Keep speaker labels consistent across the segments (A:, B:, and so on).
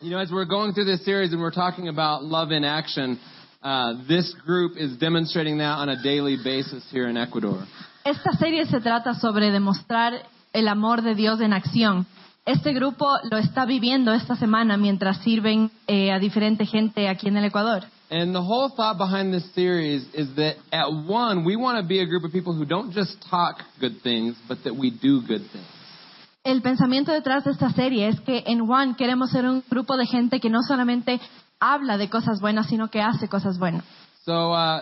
A: You know, as we're going through this series and we're talking about love in action, uh, this group is demonstrating that on a daily basis here in Ecuador.
B: Esta serie se trata sobre demostrar el amor de Dios en acción. Este grupo lo está viviendo esta semana mientras sirven eh, a diferente gente aquí en el Ecuador.
A: And the whole thought behind this series is that at one, we want to be a group of people who don't just talk good things, but that we do good things.
B: El pensamiento detrás de esta serie es que en One queremos ser un grupo de gente que no solamente habla de cosas buenas, sino que hace cosas buenas.
A: So, uh,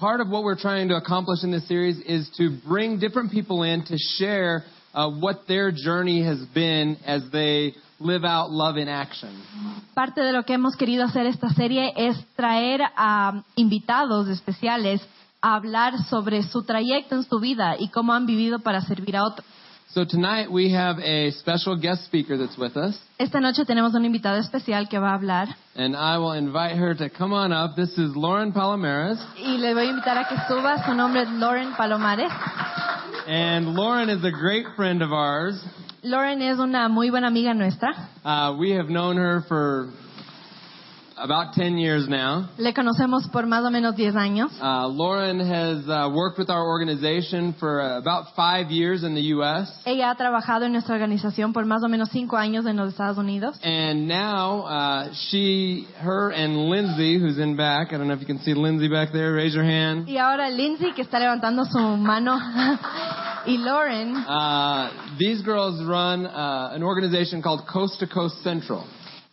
A: part of what we're trying to accomplish in this series is to bring different people in to share uh, what their journey has been as they live out love in action.
B: Parte de lo que hemos querido hacer esta serie es traer a invitados especiales a hablar sobre su trayecto en su vida y cómo han vivido para servir a otros.
A: So, tonight we have a special guest speaker that's with us,
B: Esta noche tenemos un invitado especial que va a hablar
A: and I will invite her to come on up. This is Lauren Palomares,
B: y le voy a invitar a que suba. Su nombre es Lauren Palomares.
A: and Lauren is a great friend of ours.
B: Lauren es una muy buena amiga nuestra.
A: Uh, we have known her for about 10 years now.
B: Le conocemos por más o menos 10 años.
A: Uh, Lauren has uh, worked with our organization for uh, about five years in the U.S.
B: Ella ha trabajado en nuestra organización por más o menos 5 años en los Estados Unidos.
A: And now uh, she, her, and Lindsay, who's in back. I don't know if you can see Lindsay back there. Raise your hand.
B: Y ahora Lindsay, que está levantando su mano, y Lauren,
A: Uh, these girls run uh, an organization called Coast to Coast Central,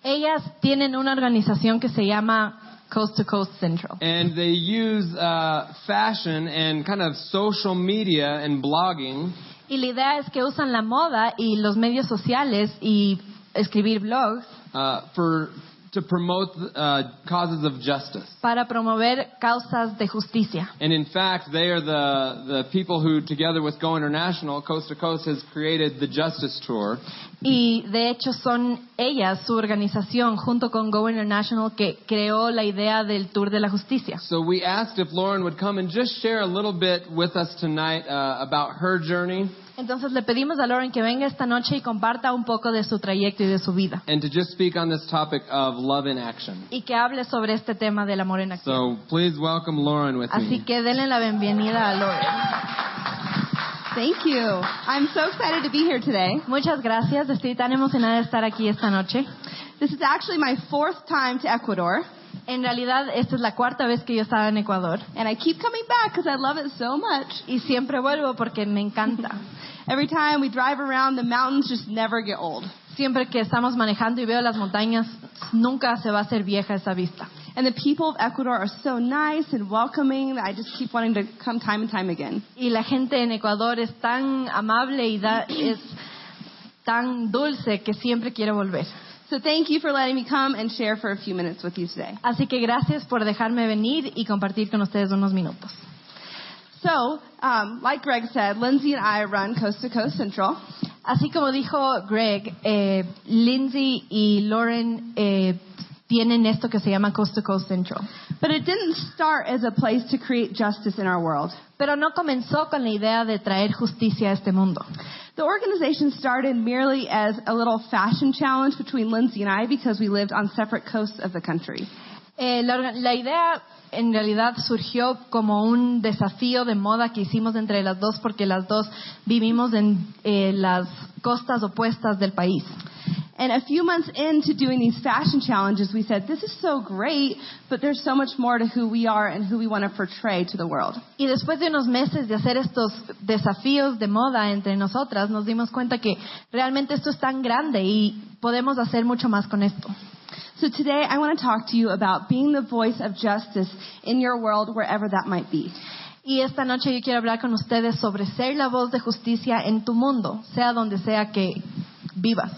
B: ellas tienen una organización que se llama Coast to Coast Central.
A: and they use uh, fashion and kind of social media and blogging
B: Y la idea es que usan la moda y los medios sociales y escribir blogs
A: uh, for to promote uh, causes of justice.
B: para promover causas de justicia.
A: And in fact, they are the, the people who, together with Go International, Coast to Coast has created the Justice Tour.
B: Y de hecho son ellas, su organización, junto con Go International, que creó la idea del Tour de la Justicia.
A: So we asked if Lauren would come and just share a little bit with us tonight uh, about her journey
B: Entonces le pedimos a Lauren que venga esta noche y comparta un poco de su trayecto y de su vida.
A: and to just speak on this topic of love in action.
B: Y que hable sobre este tema del amor en acción.
A: So please welcome Lauren with
B: Así
A: me.
B: que denle la bienvenida a Lauren.
C: Thank you. I'm so excited to be here today.
B: Muchas gracias, estoy tan emocionada de estar aquí esta noche.
C: This is actually my fourth time to Ecuador,
B: En realidad, esta es la cuarta vez que yo estaba en Ecuador.
C: and I keep coming back because I love it so much.
B: Y siempre vuelvo porque me encanta.
C: Every time we drive around, the mountains just never get old.
B: Siempre que estamos manejando y veo las montañas, nunca se va a hacer vieja esa vista.
C: And the people of Ecuador are so nice and welcoming that I just keep wanting to come time and time again.
B: Y la gente en Ecuador es tan amable y da- es tan dulce que siempre quiero volver.
C: So thank you for letting me come and share for a few minutes with you today.
B: Así que gracias por dejarme venir y compartir con ustedes unos minutos.
C: So, um, like Greg said, Lindsay and I run Coast to Coast Central.
B: Así como dijo Greg, eh, Lindsay y Lauren eh, tienen esto que se llama Coast to Coast Central.
C: But it didn't start as a place to create justice in our world.
B: Pero no comenzó con la idea de traer justicia a este mundo.
C: The organization started merely as a little fashion challenge between Lindsay and I because we lived on separate coasts of the country.
B: Eh, la, orga- la idea en realidad surgió como un desafío de moda que hicimos entre las dos porque las dos vivimos en eh, las costas opuestas del país.
C: And a few months into doing these fashion challenges, we said, this is so great, but there's so much more to who we are and who we want to portray to the world.
B: Y después de unos meses de hacer estos desafíos de moda entre nosotras, nos dimos cuenta que realmente esto es tan grande y podemos hacer mucho más con esto.
C: So today I want to talk to you about being the voice of justice in your world wherever that might be.
B: Y esta noche yo quiero hablar con ustedes sobre ser la voz de justicia en tu mundo, sea donde sea que vivas.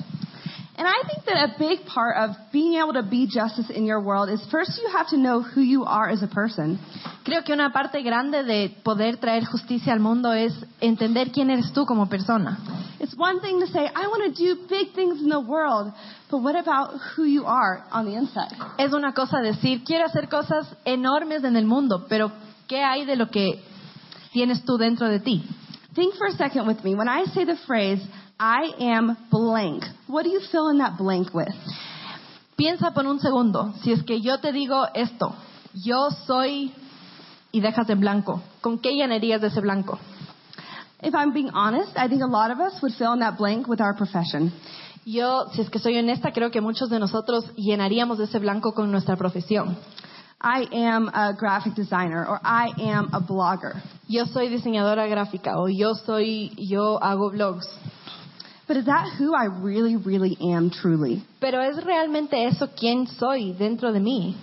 C: And I think that a big part of being able to be justice in your world is first you have to know who you are as a person.
B: Creo que una parte grande de poder traer justicia al mundo es entender quién eres tú como persona.
C: It's one thing to say, I want to do big things in the world, but what about who you are on the inside?
B: Es una cosa decir, quiero hacer cosas enormes en el mundo, pero ¿qué hay de lo que tienes tú dentro de ti?
C: Think for a second with me. When I say the phrase, I am blank, what do you fill in that blank with?
B: Piensa por un segundo, si es que yo te digo esto, yo soy y dejas en blanco, ¿con qué llenarías de ese blanco?
C: If I'm being honest, I think a lot of us would fill in that blank with our profession.
B: Yo, si es que soy honesta, creo que muchos de nosotros llenaríamos ese blanco con nuestra profesión.
C: I am a graphic designer or I am a blogger.
B: Yo soy diseñadora gráfica o yo soy, yo hago blogs.
C: But is that who I really, really am truly?
B: Pero es realmente eso quién soy dentro de mí.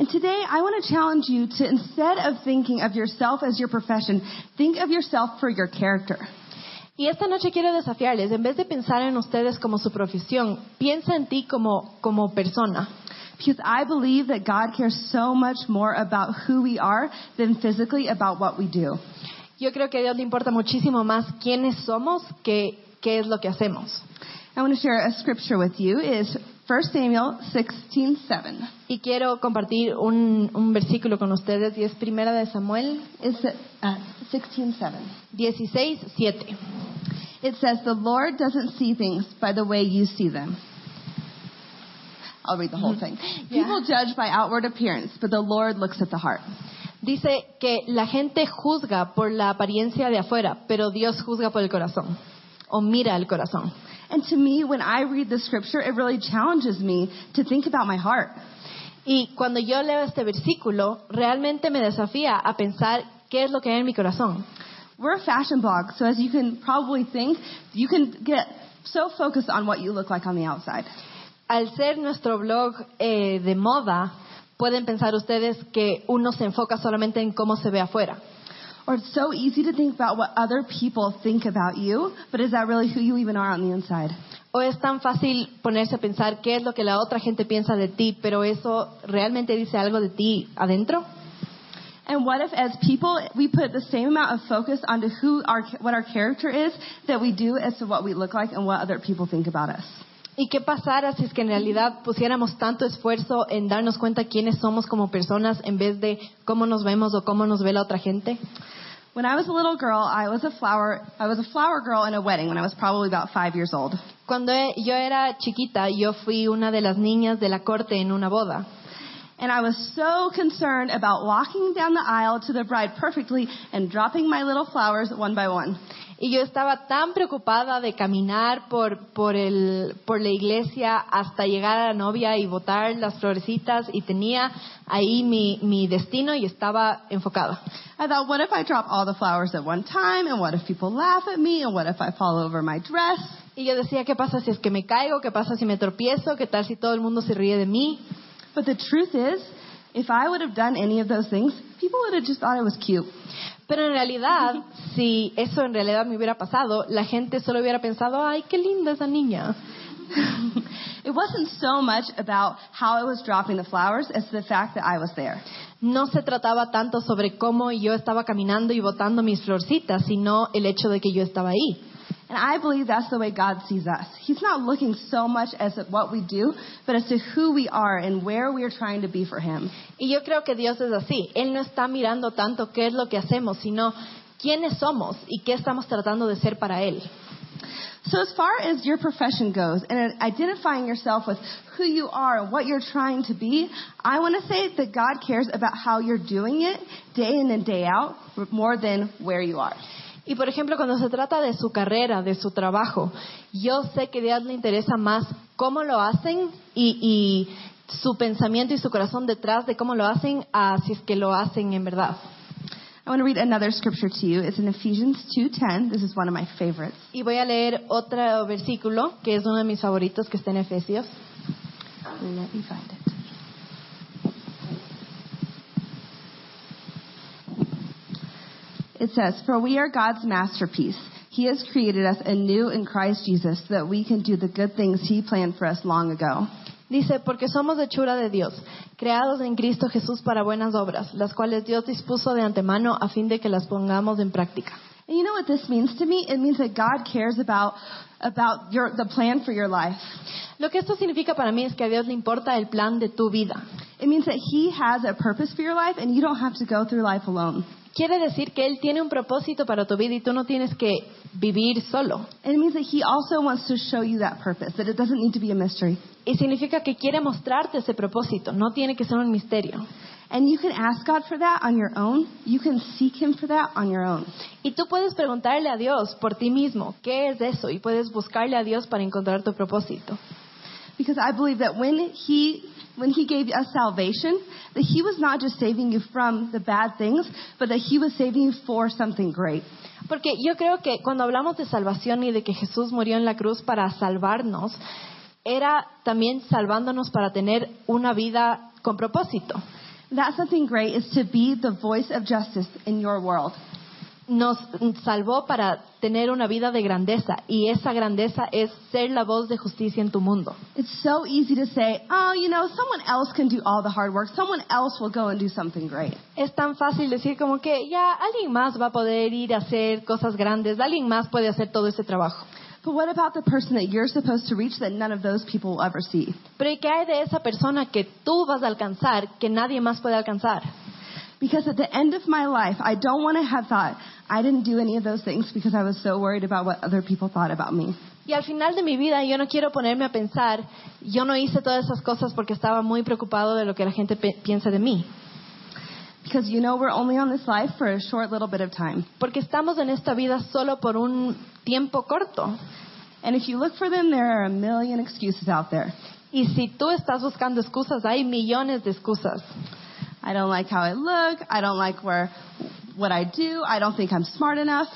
C: And today I want to challenge you to instead of thinking of yourself as your profession, think of yourself for your character.
B: Y esta noche quiero desafiarles, en vez de pensar en ustedes como su profesión, piensa en ti como, como persona.
C: Because I believe that God cares so much more about who we are than physically about what we do.
B: Yo creo que a Dios le importa muchísimo más quiénes somos que qué es lo que hacemos.
C: I want to share a scripture with you. It is 1 Samuel 16:7.
B: Y quiero compartir un, un versículo con ustedes y es Primera de Samuel
C: It's uh, 16:7.
B: 16, 7.
C: It says, "The Lord doesn't see things by the way you see them." I'll read the whole thing.
B: Yeah.
C: People judge by outward appearance, but the Lord looks at the heart.
B: Dice que la gente juzga por la apariencia de afuera, pero Dios juzga por el corazón o mira el corazón.
C: And to me, when I read the scripture, it really challenges me to think about my heart.
B: Y cuando yo leo este versículo, realmente me desafía a pensar qué es lo que hay en mi corazón.
C: We're a fashion blog, so as you can probably think, you can get so focused on what you look like on the outside.
B: Al ser nuestro blog eh, de moda, pueden pensar ustedes que uno se enfoca solamente en cómo se ve afuera.
C: Or it's so easy to think about what other people think about you, but is that really who you even are on the inside?
B: O es tan fácil ponerse a pensar qué es lo que la otra gente piensa de ti, pero eso realmente dice algo de ti adentro.
C: And what if, as people, we put the same amount of focus onto who our, what our character is that we do as to what we look like and what other people think about us?
B: ¿Y qué pasara si es que en realidad pusiéramos tanto esfuerzo en darnos cuenta quiénes somos como personas en vez de cómo nos vemos o cómo nos ve la otra gente?
C: When I was a little girl, I was a flower, I was a flower girl in a wedding when I was probably about five years old.
B: Cuando eh, yo era chiquita, yo fui una de las niñas de la corte en una boda.
C: And I was so concerned about walking down the aisle to the bride perfectly and dropping my little flowers one by one.
B: Y yo estaba tan preocupada de caminar por, por, el, por la iglesia hasta llegar a la novia y botar las florecitas y tenía ahí mi, mi destino y estaba enfocada.
C: I thought, what if I drop all the flowers at one time? And what if people laugh at me? And what if I fall over my dress?
B: Y yo decía, ¿qué pasa si es que me caigo? ¿Qué pasa si me tropiezo? ¿Qué tal si todo el mundo se ríe de mí?
C: But the truth is, if I would have done any of those things, people would have just thought I was cute.
B: Pero en realidad, si eso en realidad me hubiera pasado, la gente solo hubiera pensado, ay, qué linda esa niña.
C: it wasn't so much about how I was dropping the flowers as the fact that I was there.
B: No se trataba tanto sobre cómo yo estaba caminando y botando mis florcitas, sino el hecho de que yo estaba ahí.
C: And I believe that's the way God sees us. He's not looking so much as at what we do, but as to who we are and where we are trying to be for Him.
B: Y yo creo que Dios es así. Él no está mirando tanto qué es lo que hacemos, sino quiénes somos y qué estamos tratando de ser para Él.
C: So as far as your profession goes and in identifying yourself with who you are and what you're trying to be, I want to say that God cares about how you're doing it day in and day out more than where you are.
B: Y por ejemplo, cuando se trata de su carrera, de su trabajo, yo sé que a Dios le interesa más cómo lo hacen y, y su pensamiento y su corazón detrás de cómo lo hacen a si es que lo hacen en verdad.
C: I want to read another scripture to you. It's in Ephesians 2:10. This is one of my favorites.
B: Y voy a leer otro versículo que es uno de mis favoritos que está en Efesios.
C: Let me find it. It says, For we are God's masterpiece. He has created us anew in Christ Jesus so that we can do the good things He planned for us long ago.
B: Dice, porque somos hechura de Dios, creados en Cristo Jesús para buenas obras, las cuales Dios dispuso de antemano a fin de que las pongamos en práctica.
C: And you know what this means to me? It means that God cares about about your the plan for your life.
B: Lo que esto significa para mí es que a Dios le importa el plan de tu vida.
C: It means that He has a purpose for your life, and you don't have to go through life alone.
B: Quiere decir que Él tiene un propósito para tu vida y tú no tienes que vivir solo.
C: And it means that He also wants to show you that purpose. That it doesn't need to be a mystery.
B: Y significa que quiere mostrarte ese propósito, no tiene que ser un misterio.
C: And you can ask God for that on your own. You can seek Him for that on your own.
B: Y tú puedes preguntarle a Dios por ti mismo, ¿qué es eso? Y puedes buscarle a Dios para encontrar tu propósito.
C: Because I believe that when He when He gave us salvation, that He was not just saving you from the bad things, but that He was saving you for something great.
B: Porque yo creo que cuando hablamos de salvación y de que Jesús murió en la cruz para salvarnos, era también salvándonos para tener una vida con propósito.
C: That something great is to be the voice of justice in your world.
B: Nos salvó para tener una vida de grandeza y esa grandeza es ser la voz de justicia en tu mundo.
C: It's so easy to say, oh, you know, someone else can do all the hard work. Someone else will go and do something great.
B: Es tan fácil decir como que ya alguien más va a poder ir a hacer cosas grandes, alguien más puede hacer todo ese trabajo.
C: But what about the person that you're supposed to reach that none of those people will ever see?
B: Pero ¿y qué hay de esa persona que tú vas a alcanzar que nadie más puede alcanzar?
C: Because at the end of my life, I don't want to have thought, I didn't do any of those things because I was so worried about what other people thought about me.
B: Y al final de mi vida yo no quiero ponerme a pensar, yo no hice todas esas cosas porque estaba muy preocupado de lo que la gente pe- piensa de mí.
C: Because you know, we're only on this life for a short little bit of time.
B: Porque estamos en esta vida solo por un tiempo corto.
C: And if you look for them, there are a million excuses out there.
B: Y si tú estás buscando excusas, hay millones de excusas.
C: I don't like how I look. I don't like where, what I do. I don't think I'm smart enough.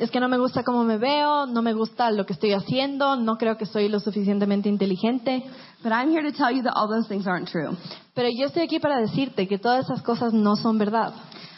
B: Es que no me gusta cómo me veo, no me gusta lo que estoy haciendo, no creo que soy lo suficientemente inteligente.
C: But I'm here to tell you that all those things aren't true.
B: Pero yo estoy aquí para decirte que todas esas cosas no son verdad.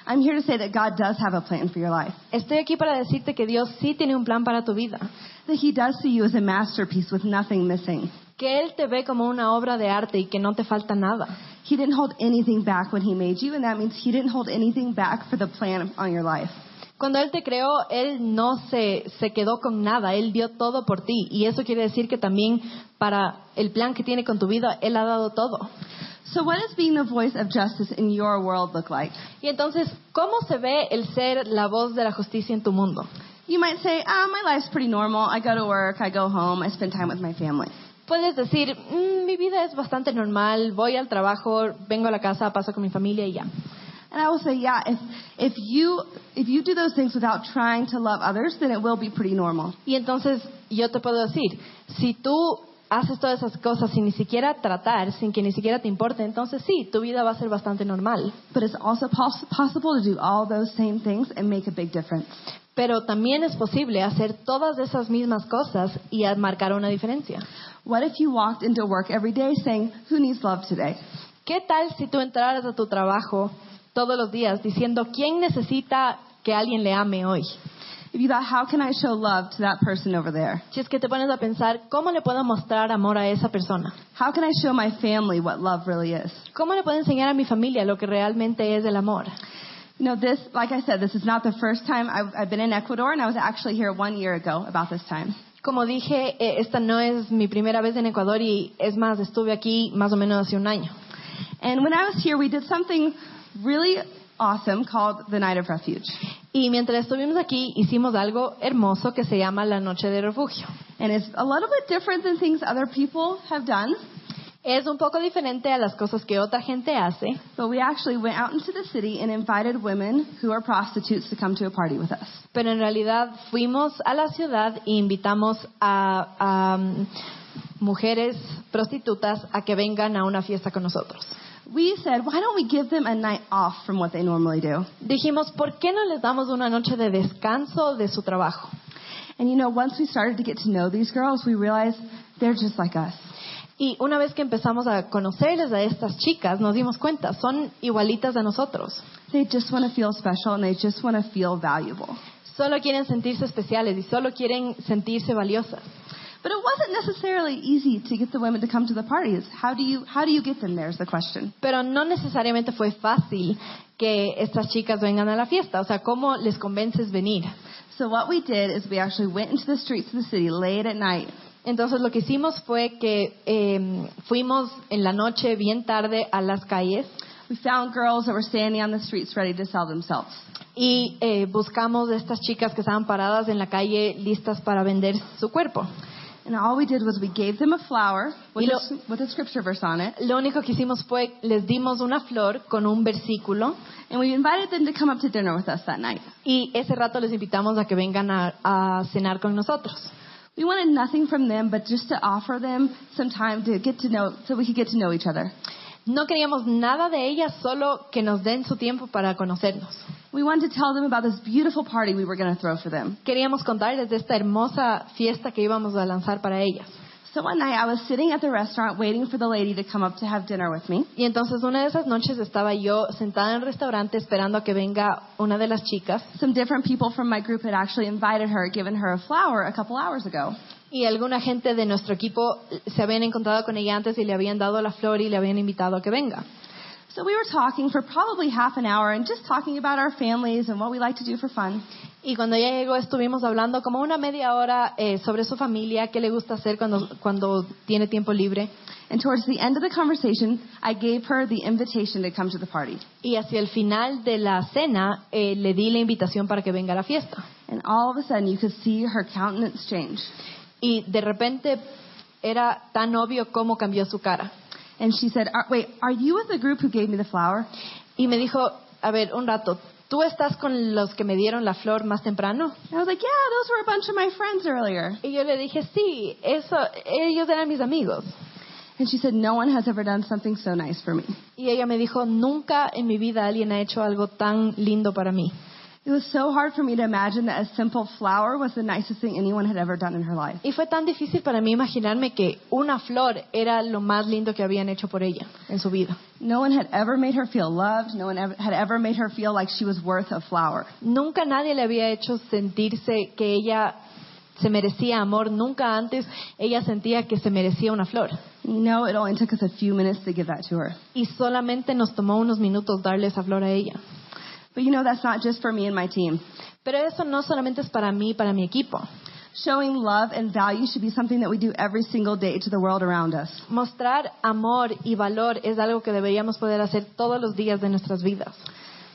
C: I'm here to say that God does have a plan for your life.
B: Estoy aquí para decirte que Dios sí tiene un plan para tu vida,
C: That He does see you as a masterpiece with nothing missing.
B: que Él te ve como una obra de arte y que no te falta nada.
C: He didn't hold anything back when He made you, and that means He didn't hold anything back for the plan on your life.
B: Cuando Él te creó, Él no se, se quedó con nada, Él dio todo por ti y eso quiere decir que también para el plan que tiene con tu vida, Él ha dado todo.
C: So, what does being the voice of justice in your world look like?
B: Y entonces, ¿cómo se ve el ser la voz de la justicia en tu mundo?
C: You might say, ah, my life's pretty normal. I go to work, I go home, I spend time with my family.
B: Puedes decir, "Mm, mi vida es bastante normal, voy al trabajo, vengo a la casa, paso con mi familia y ya.
C: And I will say, yeah, if, if, you, if you do those things without trying to love others, then it will be pretty normal.
B: Y entonces yo te puedo decir, si tú haces todas esas cosas sin ni siquiera tratar, sin que ni siquiera te importe, entonces sí, tu vida va a ser bastante normal.
C: But it's also poss- possible to do all those same things and make a big difference.
B: Pero también es posible hacer todas esas mismas cosas y a- marcar una diferencia.
C: What if you walked into work every day saying, Who needs love today?
B: ¿Qué tal si tú entraras a tu trabajo todos los días diciendo, ¿quién necesita que alguien le ame hoy?
C: If you thought, How can I show love to that person over there?
B: Si es que te pones a pensar, ¿cómo le puedo mostrar amor a esa persona?
C: How can I show my family what love really is?
B: ¿Cómo le puedo enseñar a mi familia lo que realmente es el amor?
C: You know, this, like I said, this is not the first time I've, I've been in Ecuador, and I was actually here one year ago about this time.
B: Como dije, eh, esta no es mi primera vez en Ecuador y es más, estuve aquí más o menos hace un año.
C: And when I was here, we did something really awesome called the Night of Refuge.
B: Y mientras estuvimos aquí hicimos algo hermoso que se llama la noche de refugio.
C: And it's a little bit different than things other people have done,
B: Es un poco diferente a las cosas que otra gente hace,
C: but we actually went out into the city and invited women who are prostitutes to come to a party with us.
B: pero en realidad fuimos a la ciudad e invitamos a, a, mm, mujeres prostitutas a que vengan a una fiesta con nosotros.
C: We said, why don't we give them a night off from what they normally do?
B: Dijimos, ¿por qué no les damos una noche de descanso de su trabajo?
C: And you know, once we started to get to know these girls, we realized they're just like us.
B: Y una vez que empezamos a conocerles a estas chicas, nos dimos cuenta, son igualitas a nosotros.
C: They just want to feel special and they just want to feel valuable.
B: Solo quieren sentirse especiales y solo quieren sentirse valiosas.
C: But But it wasn't necessarily easy to get the women to come to the parties. How do you how do you get them there is the question.
B: Pero no necesariamente fue fácil que estas chicas vengan a la fiesta. O sea, ¿cómo les convences venir?
C: So what we did is we actually went into the streets of the city late at night
B: Entonces lo que hicimos fue que eh, fuimos en la noche bien tarde a las calles
C: We found girls that were standing on the streets ready to sell themselves.
B: y eh, buscamos de estas chicas que estaban paradas en la calle listas para vender su cuerpo.
C: And all we did was we gave them a flower with,
B: Y lo-
C: a, with a scripture verse on it,
B: Lo único que hicimos fue les dimos una flor con un versículo
C: and we invited them to come up to dinner with us that night.
B: y ese rato les invitamos a que vengan a, a cenar con nosotros.
C: We wanted nothing from them but just to offer them some time to get to know, so we could get to know each other.
B: No queríamos nada de ellas, solo que nos den su tiempo para conocernos.
C: We wanted to tell them about this beautiful party we were going to throw for them.
B: Queríamos contarles de esta hermosa fiesta que íbamos a lanzar para ellas.
C: So one night I was sitting at the restaurant waiting for the lady to come up to have dinner with me.
B: Y entonces una de esas noches estaba yo sentada en el restaurante esperando a que venga una de las chicas
C: Some different people from my group had actually invited her, given her a flower a couple hours ago.
B: y alguna gente de nuestro equipo se habían encontrado con ella antes y le habían dado la flor y le habían invitado a que venga.
C: So we were talking for probably half an hour and just talking about our families and what we like to do for fun.
B: Y cuando ella llegó estuvimos hablando como una media hora eh, sobre su familia, qué le gusta hacer cuando, cuando tiene tiempo libre.
C: And towards the end of the conversation, I gave her the invitation to come to the party.
B: Y hacia el final de la cena eh, le di la invitación para que venga a la fiesta.
C: And all of a sudden, you could see her countenance change.
B: Y de repente era tan obvio cómo cambió su cara.
C: And she said, "Are- Wait, are you with the group who gave me the flower?
B: Y me dijo, a ver, un rato, ¿tú estás con los que me dieron la flor más temprano?
C: I was like, Yeah, those were a bunch of my friends earlier.
B: Y yo le dije, sí, eso, ellos eran mis amigos.
C: And she said, No one has ever done something so nice for me.
B: Y ella me dijo, nunca en mi vida alguien ha hecho algo tan lindo para mí.
C: It was so hard for me to imagine that a simple flower was the nicest thing anyone had ever done in her life.
B: Y fue tan difícil para mí imaginarme que una flor era lo más lindo que habían hecho por ella en su vida.
C: No one had ever made her feel loved. No one ever, had ever made her feel like she was worth a flower.
B: Nunca nadie le había hecho sentirse que ella se merecía amor. Nunca antes ella sentía que se merecía una flor.
C: You know, it only took us a few minutes to give that to her.
B: Y solamente nos tomó unos minutos darle esa flor a ella.
C: But you know, that's not just for me and my team.
B: Pero eso no solamente es para mí, para mi equipo.
C: Showing love and value should be something that we do every single day to the world around us.
B: Mostrar amor y valor es algo que deberíamos poder hacer todos los días de nuestras vidas.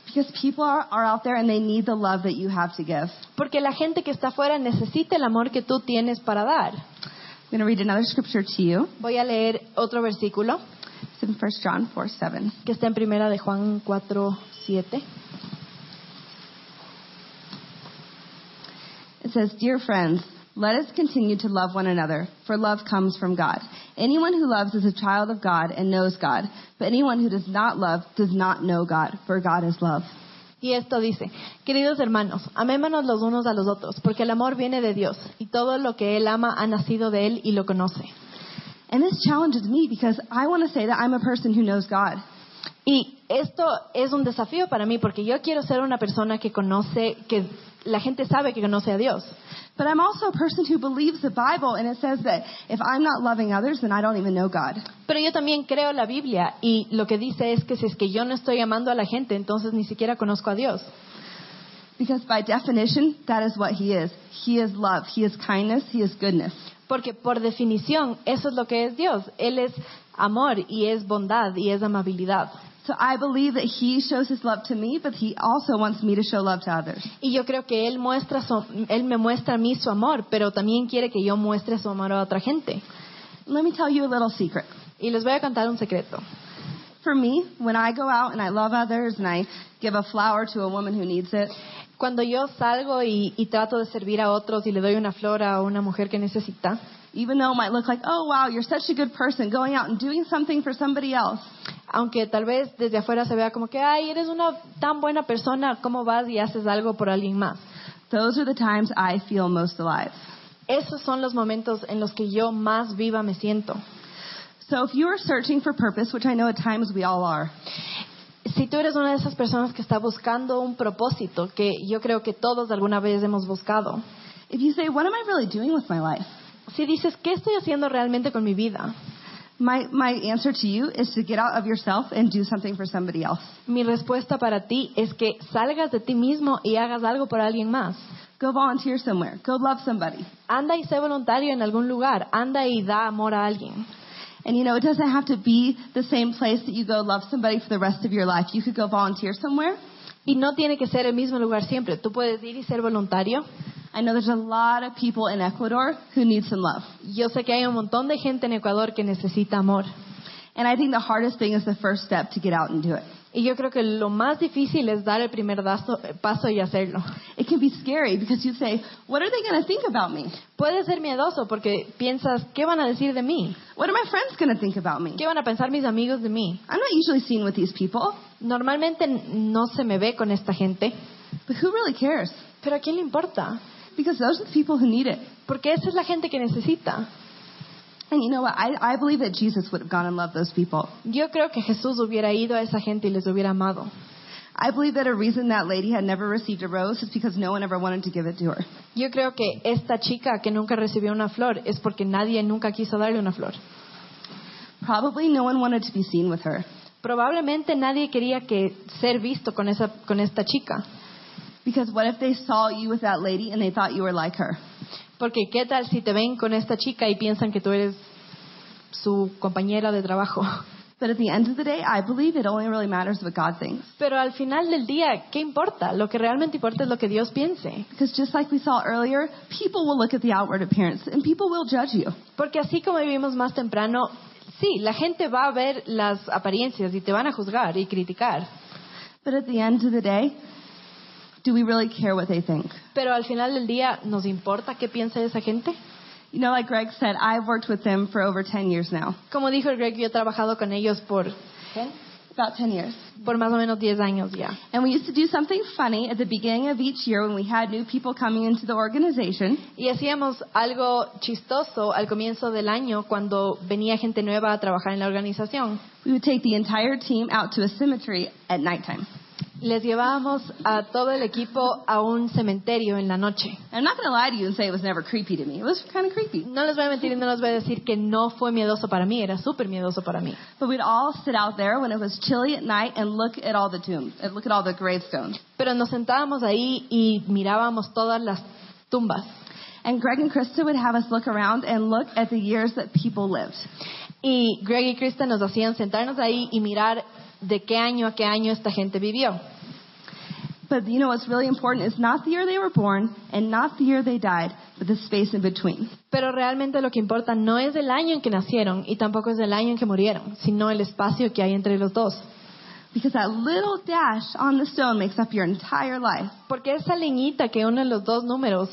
C: Because people are, are out there and they need the love that you have to give.
B: Porque la gente que está afuera necesita el amor que tú tienes para dar.
C: I'm going to read another scripture to you.
B: Voy a leer otro versículo
C: It's in 1 John 4 7.
B: que está en primera de Juan 4, 7.
C: It says, Dear friends, let us continue to love one another, for love comes from God. Anyone who loves is a child of God and knows God, but anyone who does not love does not know God, for God is love.
B: Y esto dice, queridos hermanos, amémonos los unos a los otros, porque el amor viene de Dios, y todo lo que Él ama ha nacido de Él y lo conoce.
C: And this challenges me because I want to say that I'm a person who knows God.
B: Y esto es un desafío para mí, porque yo quiero ser una persona que conoce, que la gente sabe que conoce a Dios.
C: But I'm also a person who believes the Bible, and it says that if I'm not loving others, then I don't even know God.
B: Pero yo también creo la Biblia y lo que dice es que si es que yo no estoy amando a la gente, entonces ni siquiera conozco a Dios.
C: Because by definition, that is what He is. He is love, He is kindness, He is goodness.
B: Porque por definición eso es lo que es Dios. Él es amor y es bondad y es amabilidad.
C: So I believe that He shows His love to me, but He also wants me to show love to others.
B: Y yo creo que él muestra su- él me muestra a mí su amor, pero también quiere que yo muestre su amor a otra gente.
C: Let me tell you a little secret.
B: Y les voy a contar un secreto.
C: For me, when I go out and I love others and I give a flower to a woman who needs it,
B: Cuando yo salgo y, y trato de servir a otros y le doy una flor a una mujer que necesita,
C: even though it might look like, oh wow, you're such a good person going out and doing something for somebody else,
B: aunque tal vez desde afuera se vea como que, ay, eres una tan buena persona, ¿cómo vas y haces algo por alguien más?
C: those are the times I feel most alive.
B: Esos son los momentos en los que yo más viva me siento.
C: So if you are searching for purpose, which I know at times we all are,
B: Si tú eres una de esas personas que está buscando un propósito, que yo creo que todos alguna vez hemos buscado,
C: if you say, what am I really doing with my life?
B: si dices, ¿qué estoy haciendo realmente con mi vida?
C: My, my answer to you is to get out of yourself and do something for somebody else.
B: Mi respuesta para ti es que salgas de ti mismo y hagas algo por alguien más.
C: Go volunteer somewhere. Go love somebody.
B: Anda y sé voluntario en algún lugar. Anda y da amor a alguien.
C: And you know, it doesn't have to be the same place that you go love somebody for the rest of your life. You could go volunteer somewhere.
B: Y no tiene que ser el mismo lugar siempre. Tú puedes ir y ser voluntario.
C: I know there's a lot of people in Ecuador who need some love.
B: Yo sé que hay un montón de gente en Ecuador que necesita amor.
C: And I think the hardest thing is the first step to get out and do it.
B: Y yo creo que lo más difícil es dar el primer dazo- paso y hacerlo.
C: It can be scary because you say, What are they going to think about me?
B: Puede ser miedoso porque piensas, ¿qué van a decir de mí?
C: What are my friends going to think about me?
B: ¿Qué van a pensar mis amigos de mí?
C: I'm not usually seen with these people,
B: Normalmente no se me ve con esta gente,
C: but who really cares?
B: pero ¿a quién le importa?
C: Because those are the people who need it.
B: Porque esa es la gente que necesita.
C: And you know what? I, I believe that Jesus would have gone and loved those people.
B: Yo creo que Jesús hubiera ido a esa gente y les hubiera amado.
C: I believe that a reason that lady had never received a rose is because no one ever wanted to give it to her.
B: Yo creo que esta chica que nunca recibió una flor es porque nadie nunca quiso darle una flor.
C: Probably no one wanted to be seen with her
B: Probablemente nadie quería que ser visto con esa con esta chica,
C: because what if they saw you with that lady and they thought you were like her?
B: porque qué tal si te ven con esta chica y piensan que tú eres su compañera de trabajo.
C: But at the end of the day, I believe it only really matters what God thinks.
B: Pero al final del día, ¿qué importa? Lo que realmente importa es lo que Dios piense.
C: Because just like we saw earlier, people will look at the outward appearance and people will judge you.
B: Porque así como vivimos más temprano, sí, la gente va a ver las apariencias y te van a juzgar y criticar.
C: But at the end of the day, do we really care what they think?
B: Pero al final del día, ¿nos importa qué piensa esa gente?
C: You know, like Greg said, I've worked with them for over 10 years now.
B: Como dijo el Greg, yo he trabajado con ellos por,
C: About 10 years.
B: por más o menos 10 años ya.
C: And we used to do something funny at the beginning of each year when we had new people coming into the organization.
B: Y hacíamos algo chistoso al comienzo del año cuando venía gente nueva a trabajar en la organización.
C: We would take the entire team out to a cemetery at nighttime.
B: Les llevábamos a todo el equipo a un cementerio en la noche.
C: I'm not going to lie to you and say it was never creepy to me. It was kind of creepy.
B: No les voy a mentir y no les voy a decir que no fue miedoso para mí, era súper miedoso para mí.
C: But we'd all sit out there when it was chilly at night and look at all the tombs, and look at all the gravestones.
B: Pero nos sentábamos ahí y mirábamos todas las tumbas.
C: And Greg and Krista would have us look around and look at the years that people lived.
B: Y Greg y Krista nos hacían sentarnos ahí y mirar de qué año a qué año esta gente vivió.
C: But you know what's really important is not the year they were born and not the year they died, but the space in between.
B: Pero realmente lo que importa no es el año en que nacieron y tampoco es el año en que murieron, sino el espacio que hay entre los dos.
C: Because that little dash on the stone makes up your entire life.
B: Porque esa liñita que une los dos números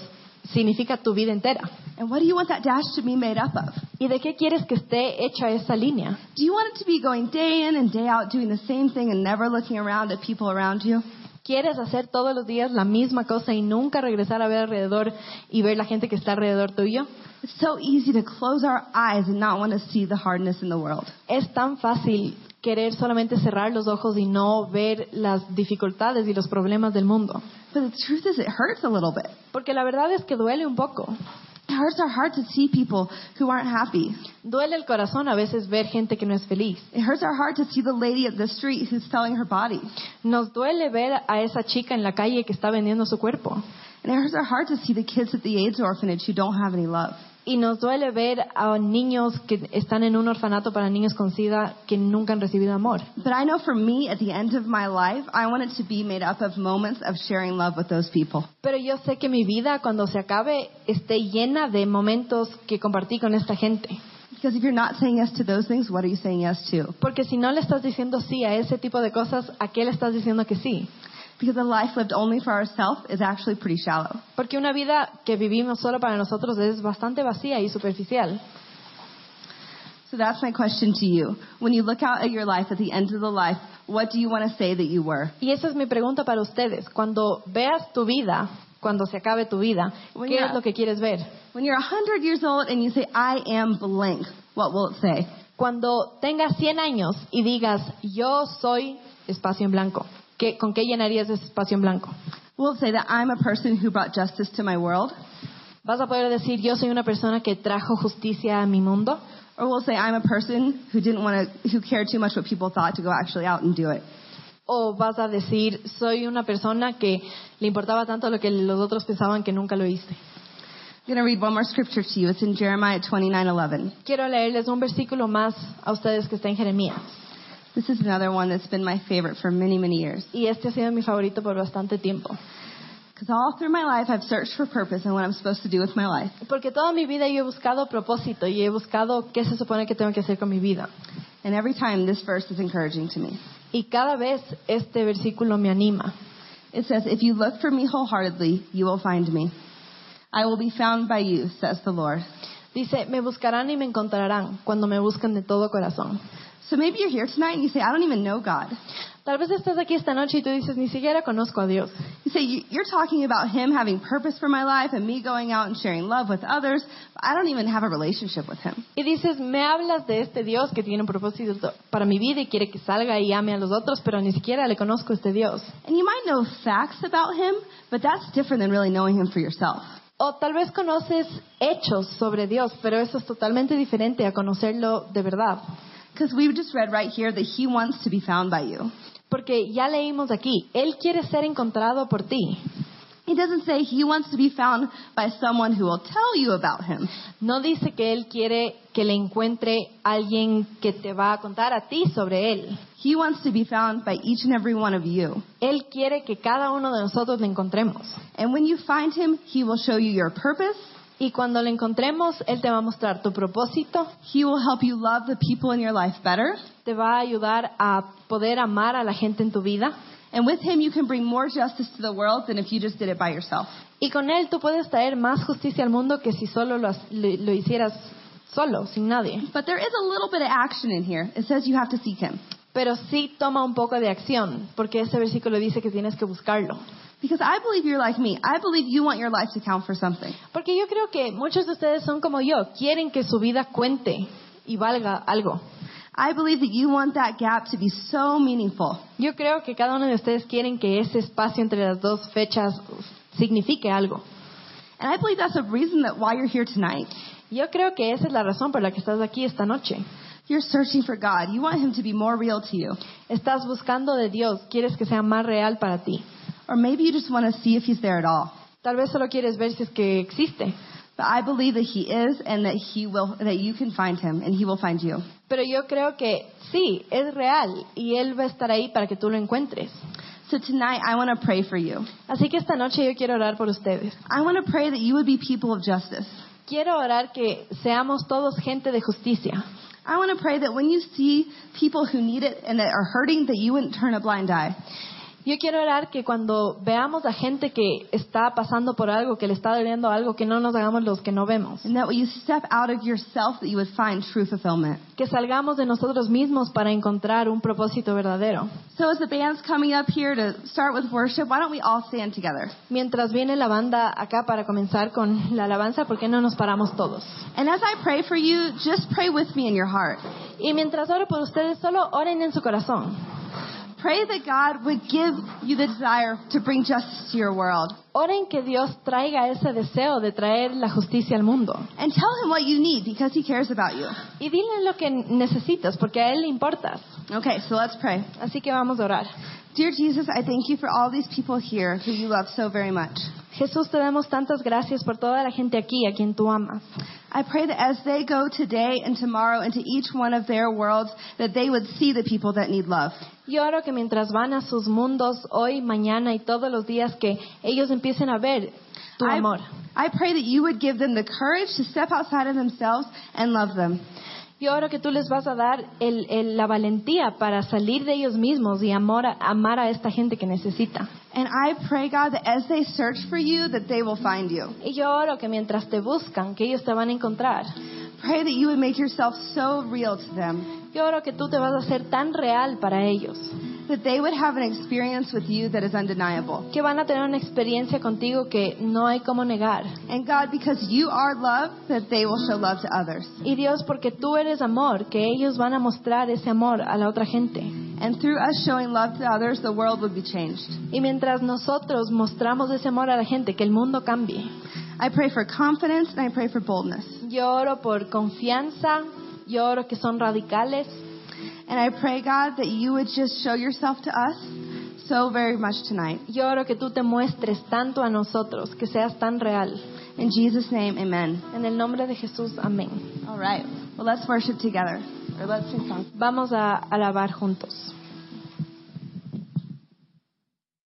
B: significa tu vida entera.
C: And what do you want that dash to be made up of?
B: ¿Y de qué quieres que esté hecha esa línea?
C: Do you want it to be going day in and day out doing the same thing and never looking around at people around you?
B: ¿Quieres hacer todos los días la misma cosa y nunca regresar a ver alrededor y ver la gente que está alrededor tuyo?
C: It's so easy to close our eyes and not want to see the hardness in the world.
B: Es tan fácil querer solamente cerrar los ojos y no ver las dificultades y los problemas del mundo.
C: But the truth is, it hurts a little bit.
B: Porque la verdad es que duele un poco.
C: It hurts our heart to see people who aren't happy.
B: Duele el corazón a veces ver gente que no es feliz.
C: It hurts our heart to see the lady at the street who's selling her body.
B: Nos duele ver a esa chica en la calle que está vendiendo su cuerpo.
C: And it hurts our heart to see the kids at the AIDS orphanage who don't have any love.
B: Y nos duele ver a niños que están en un orfanato para niños con sida que nunca han recibido amor.
C: But I know for me, at the end of my life, I want it to be made up of moments of sharing love with those people.
B: Pero yo sé que mi vida cuando se acabe esté llena de momentos que compartí con esta gente.
C: Because if you're not saying yes to those things, what are you saying yes to?
B: Porque si no le estás diciendo sí a ese tipo de cosas, ¿a qué le estás diciendo que sí?
C: Because a life lived only for ourselves is actually pretty shallow.
B: Porque una vida que vivimos solo para nosotros es bastante vacía y superficial.
C: So that's my question to you. When you look out at your life at the end of the life, what do you want to say that you were?
B: Y esa es mi pregunta para ustedes. Cuando veas tu vida, cuando se acabe tu vida,
C: Bueno,
B: ¿qué
C: ya.
B: es lo que quieres ver?
C: When you're 100 years old and you say, I am blank, what will it say?
B: Cuando tengas 100 años y digas, yo soy espacio en blanco, ¿qué- ¿con qué llenarías ese espacio en blanco?
C: Will it say that I'm a person who brought justice to my world?
B: Vas a poder decir, yo soy una persona que trajo justicia a mi mundo.
C: Or we'll say, I'm a person who didn't want to, who cared too much what people thought to go actually out and do it.
B: O vas a decir, soy una persona que le importaba tanto lo que los otros pensaban que nunca lo hice.
C: I'm going to read one more scripture to you. It's in Jeremiah 29:11.
B: Quiero leerles un versículo más a ustedes que está en Jeremías.
C: This is another one that's been my favorite for many, many years.
B: Y este ha sido mi favorito por bastante tiempo.
C: Because all through my life, I've searched for purpose and what I'm supposed to do with my life.
B: Porque toda mi vida yo he buscado propósito y he buscado qué se supone que tengo que hacer con mi vida.
C: And every time, this verse is encouraging to me.
B: Y cada vez este versículo me anima.
C: It says, If you look for me wholeheartedly, you will find me. I will be found by you, says the Lord.
B: Dice, me buscarán y me encontrarán cuando me buscan de todo corazón.
C: So maybe you're here tonight and you say, I don't even know God.
B: Tal vez estás aquí esta noche y tú dices, ni siquiera conozco a Dios.
C: You say, "You- You're talking about Him having purpose for my life and me going out and sharing love with others, but I don't even have a relationship with Him.
B: Y dices, me hablas de este Dios que tiene un propósito para mi vida y quiere que salga y ame a los otros, pero ni siquiera le conozco a este Dios.
C: And you might know facts about Him, but that's different than really knowing Him for yourself.
B: O tal vez conoces hechos sobre Dios, pero eso es totalmente diferente a conocerlo de verdad.
C: Because we just read right here that He wants to be found by you.
B: Porque ya leímos aquí, Él quiere ser encontrado por ti.
C: He doesn't say He wants to be found by someone who will tell you about Him.
B: No dice que Él quiere que le encuentre alguien que te va a contar a ti sobre Él.
C: He wants to be found by each and every one of you.
B: Él quiere que cada uno de nosotros le encontremos.
C: And when you find Him, He will show you your purpose.
B: Y cuando le encontremos, Él te va a mostrar tu propósito,
C: He will help you love the people in your life better.
B: te va a ayudar a poder amar a la gente en tu vida.
C: And with him, you can bring more justice to the world than if you just did it by yourself.
B: Y con Él tú puedes traer más justicia al mundo que si solo lo, has- lo- lo hicieras solo, sin nadie.
C: But there is a little bit of action in here. It says you have to seek him.
B: Pero sí toma un poco de acción, porque este versículo dice que tienes que buscarlo.
C: Because I believe you're like me. I believe you want your life to count for something.
B: Porque yo creo que muchos de ustedes son como yo, quieren que su vida cuente y valga algo.
C: I believe that you want that gap to be so meaningful.
B: Yo creo que cada uno de ustedes quieren que ese espacio entre las dos fechas signifique algo.
C: And I believe that's a reason that why you're here tonight.
B: Yo creo que esa es la razón por la que estás aquí esta noche.
C: You're searching for God. You want him to be more real to you.
B: Estás buscando de Dios, quieres que sea más real para ti.
C: Or maybe you just want to see if he's there at all.
B: Tal vez solo quieres ver si es que existe.
C: But I believe that he is and that he will that you can find him and he will find you.
B: Pero yo creo que sí, es real y Él va a estar ahí para que tú lo encuentres.
C: So tonight I want to pray for you.
B: Así que esta noche yo quiero orar por ustedes.
C: I want to pray that you would be people of justice.
B: Quiero orar que seamos todos gente de justicia.
C: I want to pray that when you see people who need it and that are hurting, that you wouldn't turn a blind eye.
B: Yo quiero orar que cuando veamos a gente que está pasando por algo, que le está doliendo algo, que no nos hagamos los que no vemos.
C: And that when you step out of yourself, that you would find true fulfillment.
B: Que salgamos de nosotros mismos para encontrar un propósito verdadero.
C: So as the band's coming up here to start with worship, why don't we all stand together?
B: Mientras viene la banda acá para comenzar con la alabanza, ¿por qué no nos paramos todos?
C: And as I pray for you, just pray with me in your heart.
B: Y mientras oro por ustedes, solo oren en su corazón.
C: Pray that God would give you the desire to bring justice to your world.
B: Oren que Dios traiga ese deseo de traer la justicia al mundo.
C: And tell him what you need because he cares about you.
B: Y dile lo que necesitas, porque a Él le importas.
C: Okay, so let's pray.
B: Así que vamos a orar.
C: Dear Jesus, I thank you for all these people here who you love so very much.
B: Jesús, te damos tantas gracias por toda la gente aquí a quien tú amas.
C: I pray that as they go today and tomorrow into each one of their worlds, that they would see the people that need love.
B: Yo oro que mientras van a sus mundos hoy, mañana y todos los días, que ellos empiecen a ver tu
C: I,
B: amor.
C: I pray that you would give them the courage to step outside of themselves and love them.
B: Yo oro que tú les vas a dar el- el- la valentía para salir de ellos mismos y amor a- amar a esta gente que necesita.
C: And I pray, God, that as they search for you, that they will find you.
B: Y yo oro que mientras te buscan, que ellos te van a encontrar.
C: Pray that you would make yourself so real to them,
B: Yo oro que tú te vas a hacer tan real para ellos,
C: that they would have an experience with you that is undeniable.
B: que van a tener una experiencia contigo que no hay cómo negar.
C: And God, because you are love, that they will show love to others.
B: Y Dios, porque tú eres amor, que ellos van a mostrar ese amor a la otra gente.
C: And through us showing love to others, the world would be changed.
B: Y mientras nosotros mostramos ese amor a la gente, que el mundo cambie.
C: I pray for confidence and I pray for boldness.
B: Yo oro por confianza, yo oro que son radicales
C: And I pray, God, that you would just show yourself to us so very much tonight.
B: Yo oro que tú te muestres tanto a nosotros, que seas tan real.
C: In Jesus' name, amen.
B: En el nombre de Jesús, amén.
C: All right. Well, let's worship together. Or let's sing songs.
B: Vamos a alabar juntos.